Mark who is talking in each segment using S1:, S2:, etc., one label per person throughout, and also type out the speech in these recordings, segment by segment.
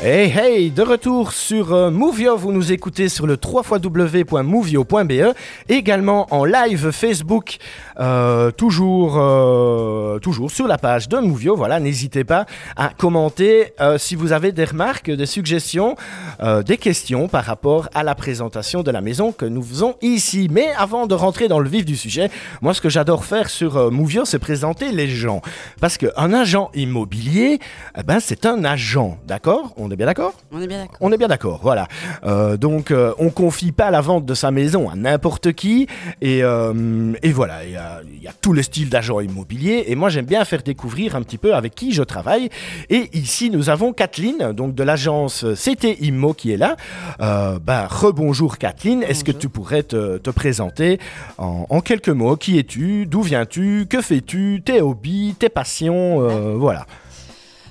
S1: Hey hey, de retour sur euh, Movio, vous nous écoutez sur le www.movio.be, également en live Facebook, euh, toujours, euh, toujours sur la page de Movio. Voilà, n'hésitez pas à commenter euh, si vous avez des remarques, des suggestions, euh, des questions par rapport à la présentation de la maison que nous faisons ici. Mais avant de rentrer dans le vif du sujet, moi ce que j'adore faire sur euh, Movio, c'est présenter les gens, parce qu'un agent immobilier, eh ben c'est un agent, d'accord On est bien d'accord
S2: On est bien d'accord.
S1: on est bien d'accord, voilà. Euh, donc, euh, on confie pas la vente de sa maison à n'importe qui. Et, euh, et voilà, il y a, il y a tous les styles d'agents immobiliers. Et moi, j'aime bien faire découvrir un petit peu avec qui je travaille. Et ici, nous avons Kathleen, donc de l'agence CT Immo qui est là. Euh, bah, rebonjour Kathleen, est-ce que
S2: Bonjour.
S1: tu pourrais te, te présenter en, en quelques mots Qui es-tu D'où viens-tu Que fais-tu Tes hobbies Tes passions Euh, Voilà.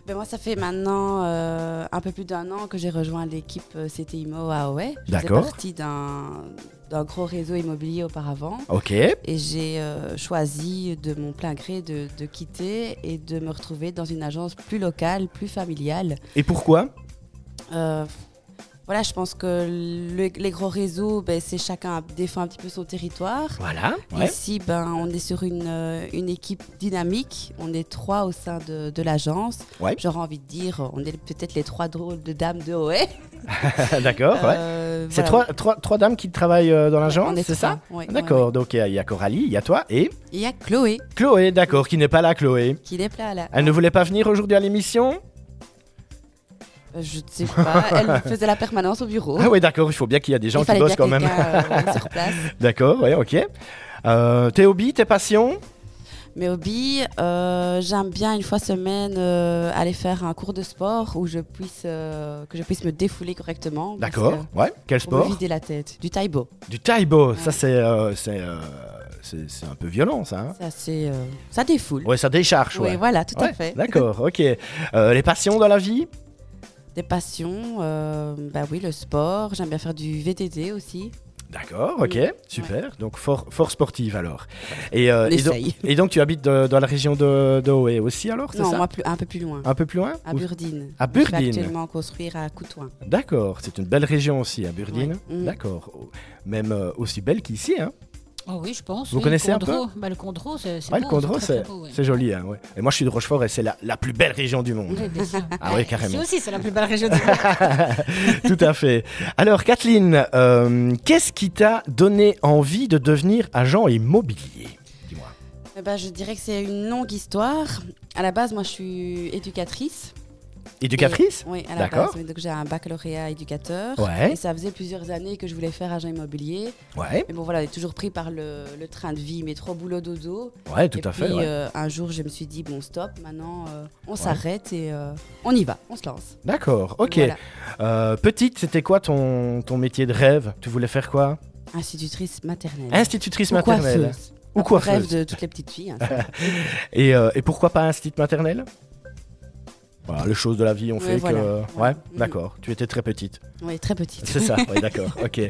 S2: Ben moi, ça fait maintenant euh, un peu plus d'un an que j'ai rejoint l'équipe euh, CTIMO à Hawaï.
S1: D'accord.
S2: Je faisais partie d'un d'un gros réseau immobilier auparavant.
S1: Ok,
S2: Et j'ai euh, choisi de mon plein gré de, de quitter et de me retrouver dans une agence plus locale, plus familiale.
S1: et pourquoi
S2: Euh, voilà, je pense que le- les gros réseaux, ben, c'est chacun défend un petit peu son territoire.
S1: Voilà, ouais.
S2: Ici, ben, on est sur une, euh, une équipe dynamique. On est trois au sein de, de l'agence.
S1: Ouais.
S2: J'aurais envie de dire, on est peut-être les trois drôles de dames de Hoé.
S1: d'accord, ouais.
S2: Euh,
S1: C'est
S2: voilà.
S1: trois, trois, trois dames qui travaillent euh, dans
S2: On
S1: l'agence,
S2: est
S1: c'est ça Ah,
S2: trois, ouais, ouais,
S1: D'accord, donc il y a- il y, a Coralie, il y a toi et
S2: ouais. Il y a Chloé
S1: Chloé, d'accord, qui n'est pas là, Chloé.
S2: qui est là. là.
S1: Elle ne voulait pas venir aujourd'hui à l'émission
S2: Euh, Je ne sais pas. Elle faisait la permanence au bureau.
S1: Ah oui, d'accord, il faut bien qu'il y a des gens
S2: Oh. Il
S1: qui
S2: fallait
S1: bossent
S2: bien
S1: quand même.
S2: quelqu'un, euh, sur place.
S1: D'accord, ouais, ok. Euh, tes hobbies, tes passions
S2: Mais hobby, euh, j'aime bien une fois semaine euh, aller faire un cours de sport où je puisse, euh, que je puisse me défouler correctement. parce
S1: D'accord,
S2: que-
S1: ouais. Quel
S2: Pour me
S1: sport
S2: vider la tête. Du taibo.
S1: Du taibo, ça
S2: Ouais.
S1: c'est euh, c'est euh, c'est- c'est un peu violent ça. hein
S2: Ça, c'est, euh, ça défoule.
S1: ouais, ça décharge,
S2: Oui,
S1: ouais.
S2: voilà, tout à
S1: Ouais,
S2: fait.
S1: D'accord, ok. Euh, les passions dans la vie
S2: Des passions, euh, bah oui, le sport, j'aime bien faire du VTT aussi.
S1: D'accord, ok,
S2: Mm.
S1: super. Donc fort, fort sportive alors. Et, euh,
S2: On
S1: et donc-
S2: essaye.
S1: Et donc tu habites de- dans la région de, de Hoé aussi alors, c'est
S2: Non,
S1: ça
S2: moi plus, un peu plus loin,
S1: Un peu plus loin
S2: à
S1: Ou-
S2: Burdine.
S1: À
S2: Je
S1: Burdine.
S2: vais actuellement construire à Coutouin.
S1: D'accord, c'est une belle région aussi, à Burdine.
S2: Ouais. Mm.
S1: D'accord. Oh, Même euh, aussi belle qu'ici, hein
S3: Oh oui, je pense.
S1: Vous
S3: oui,
S1: connaissez un
S3: le Condro. Bah, le Condro, c'est c'est
S1: Ouais,
S3: beau,
S1: le Condro,
S3: très, très beau, ouais.
S1: C'est joli, hein, ouais. Et moi je suis de Rochefort et c'est la, la plus belle région du monde.
S3: Oui, bien sûr.
S1: Ah oui, carrément.
S3: Ici aussi, c'est la plus belle région du monde.
S1: Tout à fait. Alors Kathleen, euh, qu'est-ce qui t'a donné envie de devenir agent immobilier Dis-moi.
S2: Eh ben, je dirais que c'est une longue histoire. À la base, moi, je suis éducatrice.
S1: Éducatrice
S2: Oui, à la
S1: D'accord.
S2: base. oui. Donc, j'ai un baccalauréat éducateur.
S1: Ouais.
S2: Et ça faisait plusieurs années que je voulais faire agent immobilier.
S1: Ouais,
S2: Mais bon, voilà, on est toujours pris par le, le train de vie, métro, boulot, dodo.
S1: ouais, tout
S2: et
S1: à
S2: puis,
S1: fait. ouais.
S2: euh, un jour, je me suis dit, bon, stop, maintenant, euh, on s'arrête et euh, on y va, on se lance.
S1: D'accord, ok.
S2: euh, Voilà.
S1: Euh, petite, c'était quoi ton, ton métier de rêve Tu voulais faire quoi
S2: Institutrice maternelle.
S1: Institutrice
S2: Ou
S1: maternelle.
S2: coiffeuse.
S1: Ou
S2: Après,
S1: coiffeuse.
S2: Rêve de toutes les petites filles. hein, ça.
S1: Et, euh, et pourquoi pas un site maternel voilà, les choses de la vie ont
S2: Ouais,
S1: fait
S2: voilà,
S1: que. euh, Ouais,
S2: ouais.
S1: d'accord. Tu étais très petite.
S2: oui, très petite.
S1: C'est ça, ouais, d'accord. Ok.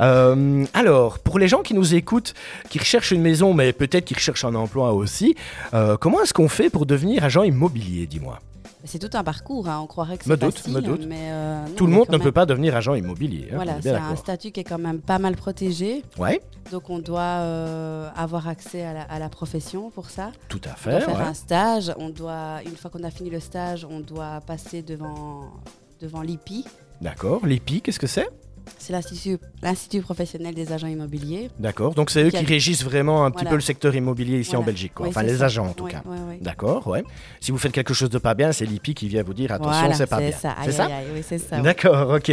S1: Euh, alors, pour les gens qui nous écoutent, qui recherchent une maison, mais peut-être qui recherchent un emploi aussi, euh, comment est-ce qu'on fait pour devenir agent immobilier, dis-moi
S2: C'est tout un parcours, hein, on croirait que
S1: Me
S2: c'est
S1: doute,
S2: facile.
S1: me doute.
S2: Mais, euh, non,
S1: Tout le
S2: mais
S1: monde
S2: quand
S1: ne
S2: même-
S1: peut pas devenir agent immobilier. hein, on
S2: Voilà,
S1: est bien
S2: c'est un
S1: d'accord.
S2: statut qui est quand même pas mal protégé,
S1: Ouais,
S2: donc on doit euh, avoir accès à la, à la profession pour ça.
S1: tout à
S2: On doit
S1: fait.
S2: faire
S1: Eh ouais.
S2: un stage, on doit, une fois qu'on a fini le stage, on doit passer devant, devant l'IPI,
S1: D'accord. L'EPI, qu'est-ce que c'est
S2: c'est l'Institut l'Institut professionnel des agents immobiliers.
S1: D'accord. Donc, c'est eux
S2: Qui a-
S1: qui régissent vraiment un petit
S2: Voilà.
S1: peu le secteur immobilier ici en
S2: Voilà.
S1: Belgique. quoi.
S2: Oui,
S1: Enfin,
S2: c'est
S1: les
S2: ça.
S1: agents, en tout
S2: Ouais,
S1: cas.
S2: ouais, ouais.
S1: D'accord, ouais. Si vous faites quelque chose de pas bien, c'est l'IPI qui vient vous dire attention,
S2: Voilà,
S1: c'est pas bien.
S2: Ça.
S1: C'est
S2: Aïe,
S1: ça
S2: aïe, aïe, oui, c'est ça. ouais.
S1: D'accord, ok.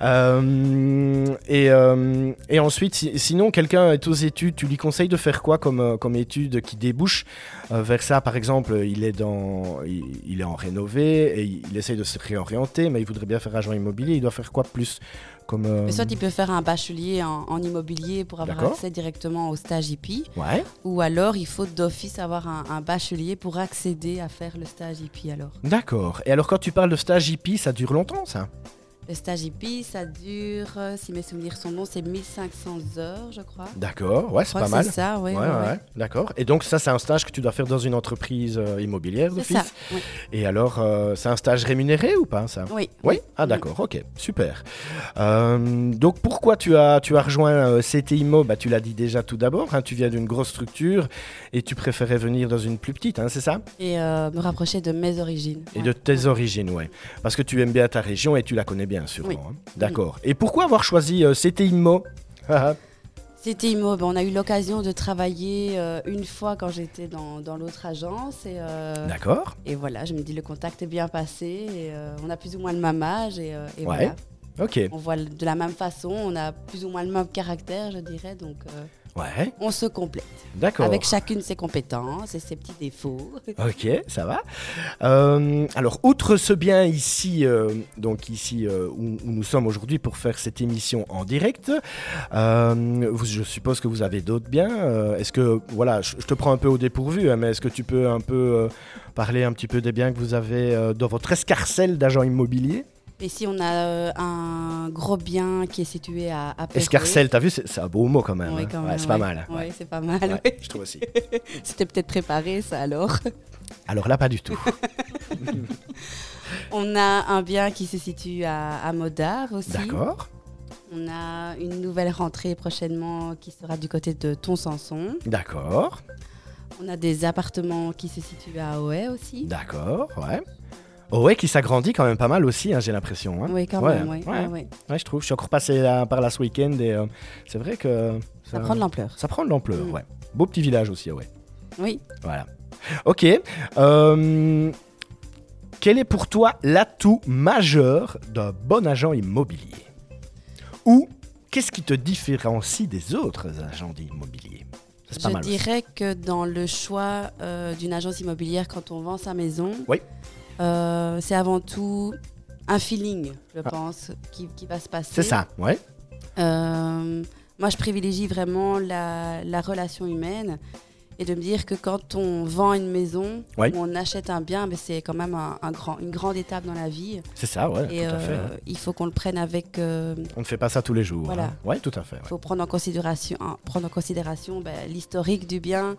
S1: Euh, et, euh, et ensuite, si- sinon, quelqu'un est aux études, tu lui conseilles de faire quoi comme, euh, comme étude qui débouche euh, vers ça Par exemple, il est, dans, il, il est en rénové et il, il essaye de se réorienter, mais il voudrait bien faire agent immobilier, il doit faire quoi de plus comme, euh,
S2: Mais soit il peut faire un bachelier en, en immobilier pour avoir
S1: D'accord.
S2: accès directement au stage IPI,
S1: Ouais,
S2: ou alors il faut d'office avoir un, un bachelier pour accéder à faire le stage IPI alors.
S1: d'accord. Et alors, quand tu parles de stage hippie, ça dure longtemps, ça
S2: Le stage hippie, ça dure, euh, si mes souvenirs sont bons, c'est 1500 heures, je crois.
S1: D'accord, ouais,
S2: Je
S1: c'est
S2: crois
S1: pas
S2: que
S1: mal.
S2: C'est ça, oui.
S1: Ouais, ouais, ouais. D'accord. Et donc ça, c'est un stage que tu dois faire dans une entreprise euh, immobilière
S2: C'est ça.
S1: d'office.
S2: Oui.
S1: Et alors, euh, c'est un stage rémunéré ou pas ça
S2: oui.
S1: Oui. Ah d'accord. Ok. Super. Euh, donc pourquoi tu as tu as rejoint euh, CTIMO Bah tu l'as dit déjà tout d'abord. hein, tu viens d'une grosse structure et tu préférais venir dans une plus petite. hein, c'est ça
S2: Et euh, me rapprocher de mes origines.
S1: Et
S2: ouais.
S1: de tes origines, ouais. Parce que tu aimes bien ta région et tu la connais bien sûrement.
S2: Oui.
S1: hein. D'accord. Et pourquoi avoir choisi euh, CTIMO Ah, ah.
S2: C'était immob. On a eu l'occasion de travailler euh, une fois quand j'étais dans, dans l'autre agence. Et, euh,
S1: D'accord.
S2: et voilà, je me dis, le contact est bien passé. Et, euh, on a plus ou moins le même âge. Et, euh, et
S1: Ouais.
S2: voilà.
S1: Ok.
S2: On voit le- de la même façon. On a plus ou moins le même caractère, je dirais. Donc, euh,
S1: Ouais.
S2: on se complète.
S1: D'accord.
S2: Avec chacune ses compétences et ses petits défauts.
S1: Ok, ça va. Euh, alors, outre ce bien ici, euh, donc ici euh, où, où nous sommes aujourd'hui pour faire cette émission en direct, euh, vous- je suppose que vous avez d'autres biens. euh, est-ce que, voilà, je, je te prends un peu au dépourvu, hein, mais est-ce que tu peux un peu euh, parler un petit peu des biens que vous avez euh, dans votre escarcelle d'agents immobiliers
S2: Et si on a euh, un gros bien qui est situé à, à Perreux.
S1: Escarcelle, t'as vu, c'est, c'est un beau mot quand même.
S2: Oui,
S1: hein.
S2: quand
S1: Ouais,
S2: même,
S1: c'est pas
S2: ouais.
S1: mal.
S2: Oui,
S1: ouais.
S2: c'est pas mal.
S1: Ouais,
S2: ouais.
S1: je trouve aussi.
S2: C'était peut-être préparé, ça alors.
S1: Alors là, pas du tout.
S2: On a un bien qui se situe à, à Modave aussi.
S1: D'accord.
S2: On a une nouvelle rentrée prochainement qui sera du côté de Tonsanson.
S1: D'accord.
S2: On a des appartements qui se situent à Ohaix aussi.
S1: D'accord, ouais. Oh ouais, qui s'agrandit quand même pas mal aussi, hein, j'ai l'impression. hein.
S2: Oui, quand
S1: Ouais,
S2: même, oui.
S1: ouais.
S2: ouais, ouais.
S1: Ouais, je trouve. Je suis encore passé là- par là ce week-end et euh, c'est vrai que
S2: Ça prend de l'ampleur.
S1: ça prend de l'ampleur.
S2: Mm.
S1: Ouais. Beau petit village aussi, ouais.
S2: Oui.
S1: Voilà. Ok. euh, quel est pour toi l'atout majeur d'un bon agent immobilier Ou qu'est-ce qui te différencie des autres agents immobiliers Ça, C'est pas
S2: Je
S1: mal. aussi.
S2: dirais que dans le choix euh, d'une agence immobilière quand on vend sa maison,
S1: Oui.
S2: euh, c'est avant tout un feeling, je pense, qui, qui va se passer.
S1: Ah. C'est ça, ouais.
S2: Euh, moi, je privilégie vraiment la, la relation humaine et de me dire que quand on vend une maison
S1: Ouais.
S2: ou on achète un bien, ben, c'est quand même un, un grand, une grande étape dans la vie.
S1: C'est ça, ouais.
S2: et
S1: tout à fait.
S2: euh,
S1: ouais.
S2: il faut qu'on le prenne avec. euh,
S1: On ne fait pas ça tous les jours.
S2: Voilà.
S1: hein. Ouais, tout à fait. ouais.
S2: faut prendre en considération, hein, prendre en considération ben, l'historique du bien,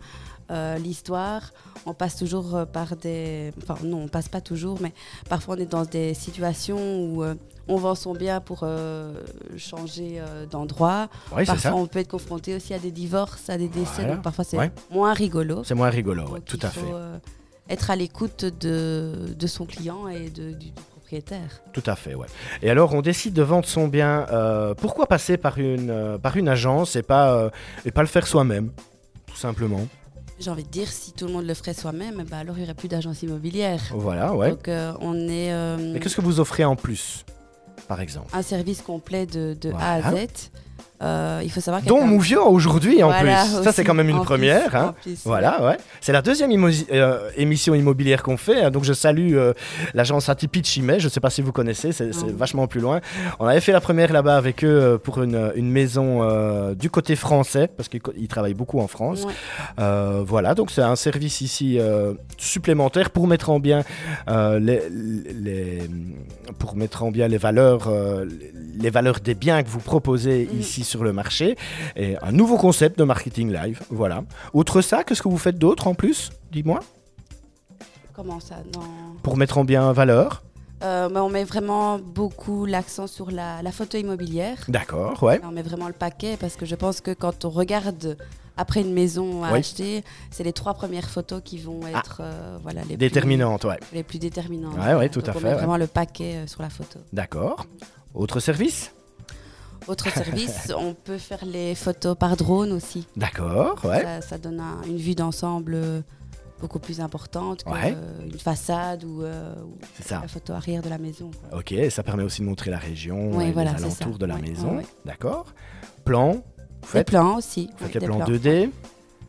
S2: euh, l'histoire. On passe toujours euh, par des, enfin non, on passe pas toujours, mais parfois on est dans des situations où euh, on vend son bien pour euh, changer euh, d'endroit.
S1: Ouais, c'est
S2: Parfois,
S1: ça.
S2: on peut être confronté aussi à des divorces, à des décès,
S1: Voilà.
S2: donc parfois c'est
S1: Ouais.
S2: moins rigolo.
S1: C'est moins rigolo, ouais,
S2: Donc,
S1: tout
S2: il
S1: à
S2: faut,
S1: fait.
S2: euh, être à l'écoute de, de son client et de- du, du propriétaire.
S1: Tout à fait, ouais. Et alors, on décide de vendre son bien. euh, pourquoi passer par une, euh, par une agence et pas, euh, et pas le faire soi-même Tout simplement.
S2: J'ai envie de dire, si tout le monde le ferait soi-même, eh ben, alors il n'y aurait plus d'agence immobilière.
S1: Voilà, ouais.
S2: Donc euh, on est euh,
S1: Mais qu'est-ce que vous offrez en plus, par exemple
S2: un service complet de, de A à
S1: Voilà.
S2: Z. Euh, il faut savoir
S1: Dont Mouvio aujourd'hui, en
S2: Voilà,
S1: plus. Ça,
S2: aussi,
S1: c'est quand même une
S2: en plus,
S1: première. hein.
S2: en plus,
S1: Voilà, ouais. C'est la deuxième imo- euh, émission immobilière qu'on fait. hein. Donc, je salue euh, l'agence Atipi de Chimay. Je ne sais pas si vous connaissez, c'est c'est
S2: Non.
S1: vachement plus loin. On avait fait la première là-bas avec eux euh, pour une, une maison euh, du côté français, parce qu'ils co- ils travaillent beaucoup en France.
S2: Ouais.
S1: Euh, voilà, donc c'est un service ici euh, supplémentaire pour mettre en bien euh, les, les- pour mettre en bien les valeurs, euh, les valeurs des biens que vous proposez
S2: Mhm.
S1: ici sur le marché. Et un nouveau concept de marketing live, voilà. Outre ça, qu'est-ce que vous faites d'autre en plus Dis-moi.
S2: Comment ça non.
S1: Pour mettre en bien valeur.
S2: Euh, ben, On met vraiment beaucoup l'accent sur la- la photo immobilière.
S1: D'accord, ouais.
S2: Non, mais vraiment le paquet, parce que je pense que quand on regarde après une maison à
S1: Oui.
S2: acheter, c'est les trois premières photos qui vont être euh, voilà, les,
S1: Déterminante, ouais.
S2: Plus, les plus déterminantes.
S1: Ouais, ouais, tout
S2: Donc
S1: à
S2: on
S1: fait,
S2: met
S1: ouais.
S2: vraiment le paquet euh, sur la photo.
S1: D'accord. Autre service
S2: Autre service, on peut faire les photos par drone aussi.
S1: D'accord, ouais.
S2: Ça, ça donne un- une vue d'ensemble euh, beaucoup plus importante qu'une
S1: Ouais. Ah.
S2: façade ou, euh, ou
S1: C'est ça.
S2: la photo arrière de la maison.
S1: Ok, et ça permet aussi de montrer la région
S2: Ouais,
S1: et
S2: voilà,
S1: les
S2: c'est ça.
S1: alentours de la
S2: Ouais,
S1: maison.
S2: ouais, ouais.
S1: D'accord. Plan, vous
S2: Des
S1: faites,
S2: plans aussi.
S1: vous faites les
S2: ouais,
S1: plans 2D,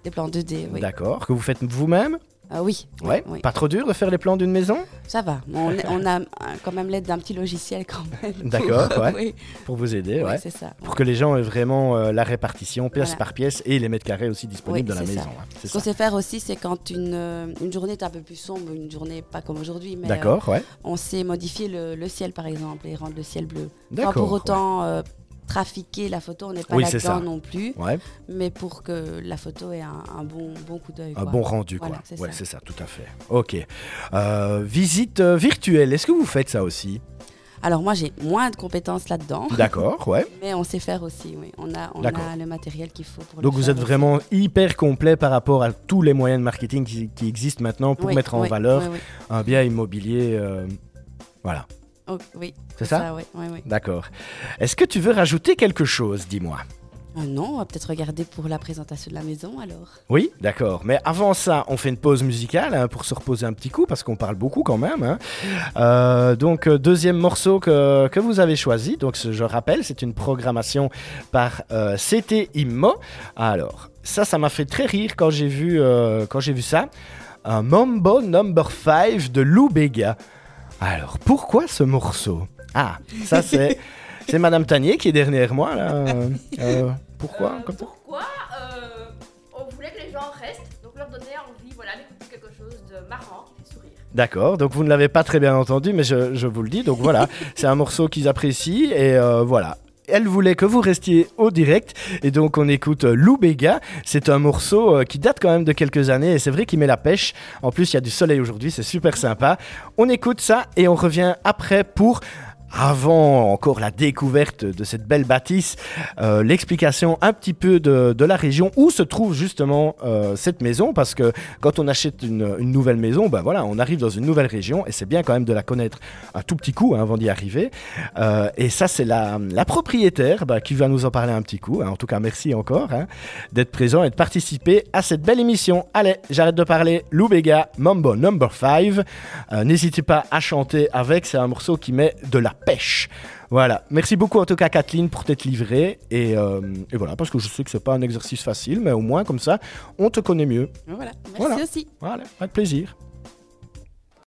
S2: Des plans 2D, oui.
S1: d'accord, que vous faites vous-même
S2: Euh, oui.
S1: Ouais.
S2: oui.
S1: Pas trop dur de faire les plans d'une maison
S2: Ça va. On, est- on a euh, quand même l'aide d'un petit logiciel quand même. pour-
S1: D'accord, ouais.
S2: oui,
S1: pour vous aider,
S2: oui,
S1: ouais.
S2: c'est ça.
S1: Pour que les gens aient vraiment euh, la répartition pièce
S2: Voilà.
S1: par pièce et les mètres carrés aussi disponibles
S2: Oui,
S1: dans la
S2: c'est
S1: maison.
S2: ça.
S1: hein. C'est
S2: Ce qu'on
S1: ça.
S2: sait faire aussi, c'est quand une, euh, une journée est un peu plus sombre, une journée pas comme aujourd'hui, mais euh,
S1: D'accord, ouais.
S2: on sait modifier le, le ciel par exemple et rendre le ciel bleu. Pas
S1: D'accord.
S2: pour
S1: ouais.
S2: autant euh, trafiquer la photo, on n'est pas
S1: Oui, c'est
S2: là-dedans
S1: ça.
S2: non plus,
S1: Ouais,
S2: mais pour que la photo ait un, un bon, bon coup d'œil.
S1: un
S2: quoi.
S1: bon rendu, quoi.
S2: Voilà, c'est
S1: ouais,
S2: ça.
S1: c'est ça, tout à fait. Ok. Euh, visite euh, virtuelle, est-ce que vous faites ça aussi
S2: Alors moi j'ai moins de compétences là-dedans,
S1: D'accord, ouais.
S2: mais on sait faire aussi, oui. On a, on
S1: D'accord.
S2: a le matériel qu'il faut pour
S1: Donc
S2: le
S1: vous
S2: faire
S1: êtes
S2: aussi.
S1: vraiment hyper complet par rapport à tous les moyens de marketing qui, qui existent maintenant pour
S2: Oui,
S1: mettre en
S2: oui,
S1: valeur
S2: Oui, oui.
S1: un bien immobilier. euh, Voilà,
S2: Oh, oui,
S1: c'est ça,
S2: oui, oui, oui.
S1: D'accord. Est-ce que tu veux rajouter quelque chose, dis-moi
S2: Ah non, on va peut-être regarder pour la présentation de la maison alors.
S1: Oui, d'accord. Mais avant ça, on fait une pause musicale hein, pour se reposer un petit coup parce qu'on parle beaucoup quand même. hein. Euh, donc, euh, deuxième morceau que, que vous avez choisi. Donc, ce- je rappelle, c'est une programmation par euh, CT Immo. Alors, ça, ça m'a fait très rire quand j'ai vu, euh, quand j'ai vu ça. Un Mambo Number 5 de Lou Bega. Alors, pourquoi ce morceau Ah, ça, c'est. C'est Madame Tanier qui est derrière moi, là. Euh, euh, pourquoi
S4: Euh,
S1: Comme ça
S4: Pourquoi euh, on voulait que les gens restent, donc leur donner envie voilà, d'écouter quelque chose de marrant qui fait sourire.
S1: D'accord, donc vous ne l'avez pas très bien entendu, mais je, je vous le dis. Donc voilà, c'est un morceau qu'ils apprécient et euh, voilà. Elle voulait que vous restiez au direct et donc on écoute euh, Lou Béga. C'est un morceau euh, qui date quand même de quelques années et c'est vrai qu'il met la pêche. En plus, il y a du soleil aujourd'hui, c'est super sympa. On écoute ça et on revient après pour, avant encore la découverte de cette belle bâtisse, euh, l'explication un petit peu de, de la région où se trouve justement euh, cette maison parce que quand on achète une, une nouvelle maison, ben voilà, on arrive dans une nouvelle région et c'est bien quand même de la connaître un tout petit coup hein, avant d'y arriver. Euh, et ça, c'est la, la propriétaire ben, qui va nous en parler un petit coup. hein. En tout cas, merci encore hein, d'être présent et de participer à cette belle émission. Allez, j'arrête de parler. Lou Bega, Mambo Number 5. Euh, N'hésitez pas à chanter avec, c'est un morceau qui met de la pêche. Voilà, merci beaucoup en tout cas Kathleen pour t'être livrée et, euh, et voilà parce que je sais que c'est pas un exercice facile mais au moins comme ça on te connaît mieux.
S2: Voilà, merci
S1: Voilà.
S2: aussi.
S1: Voilà, avec plaisir.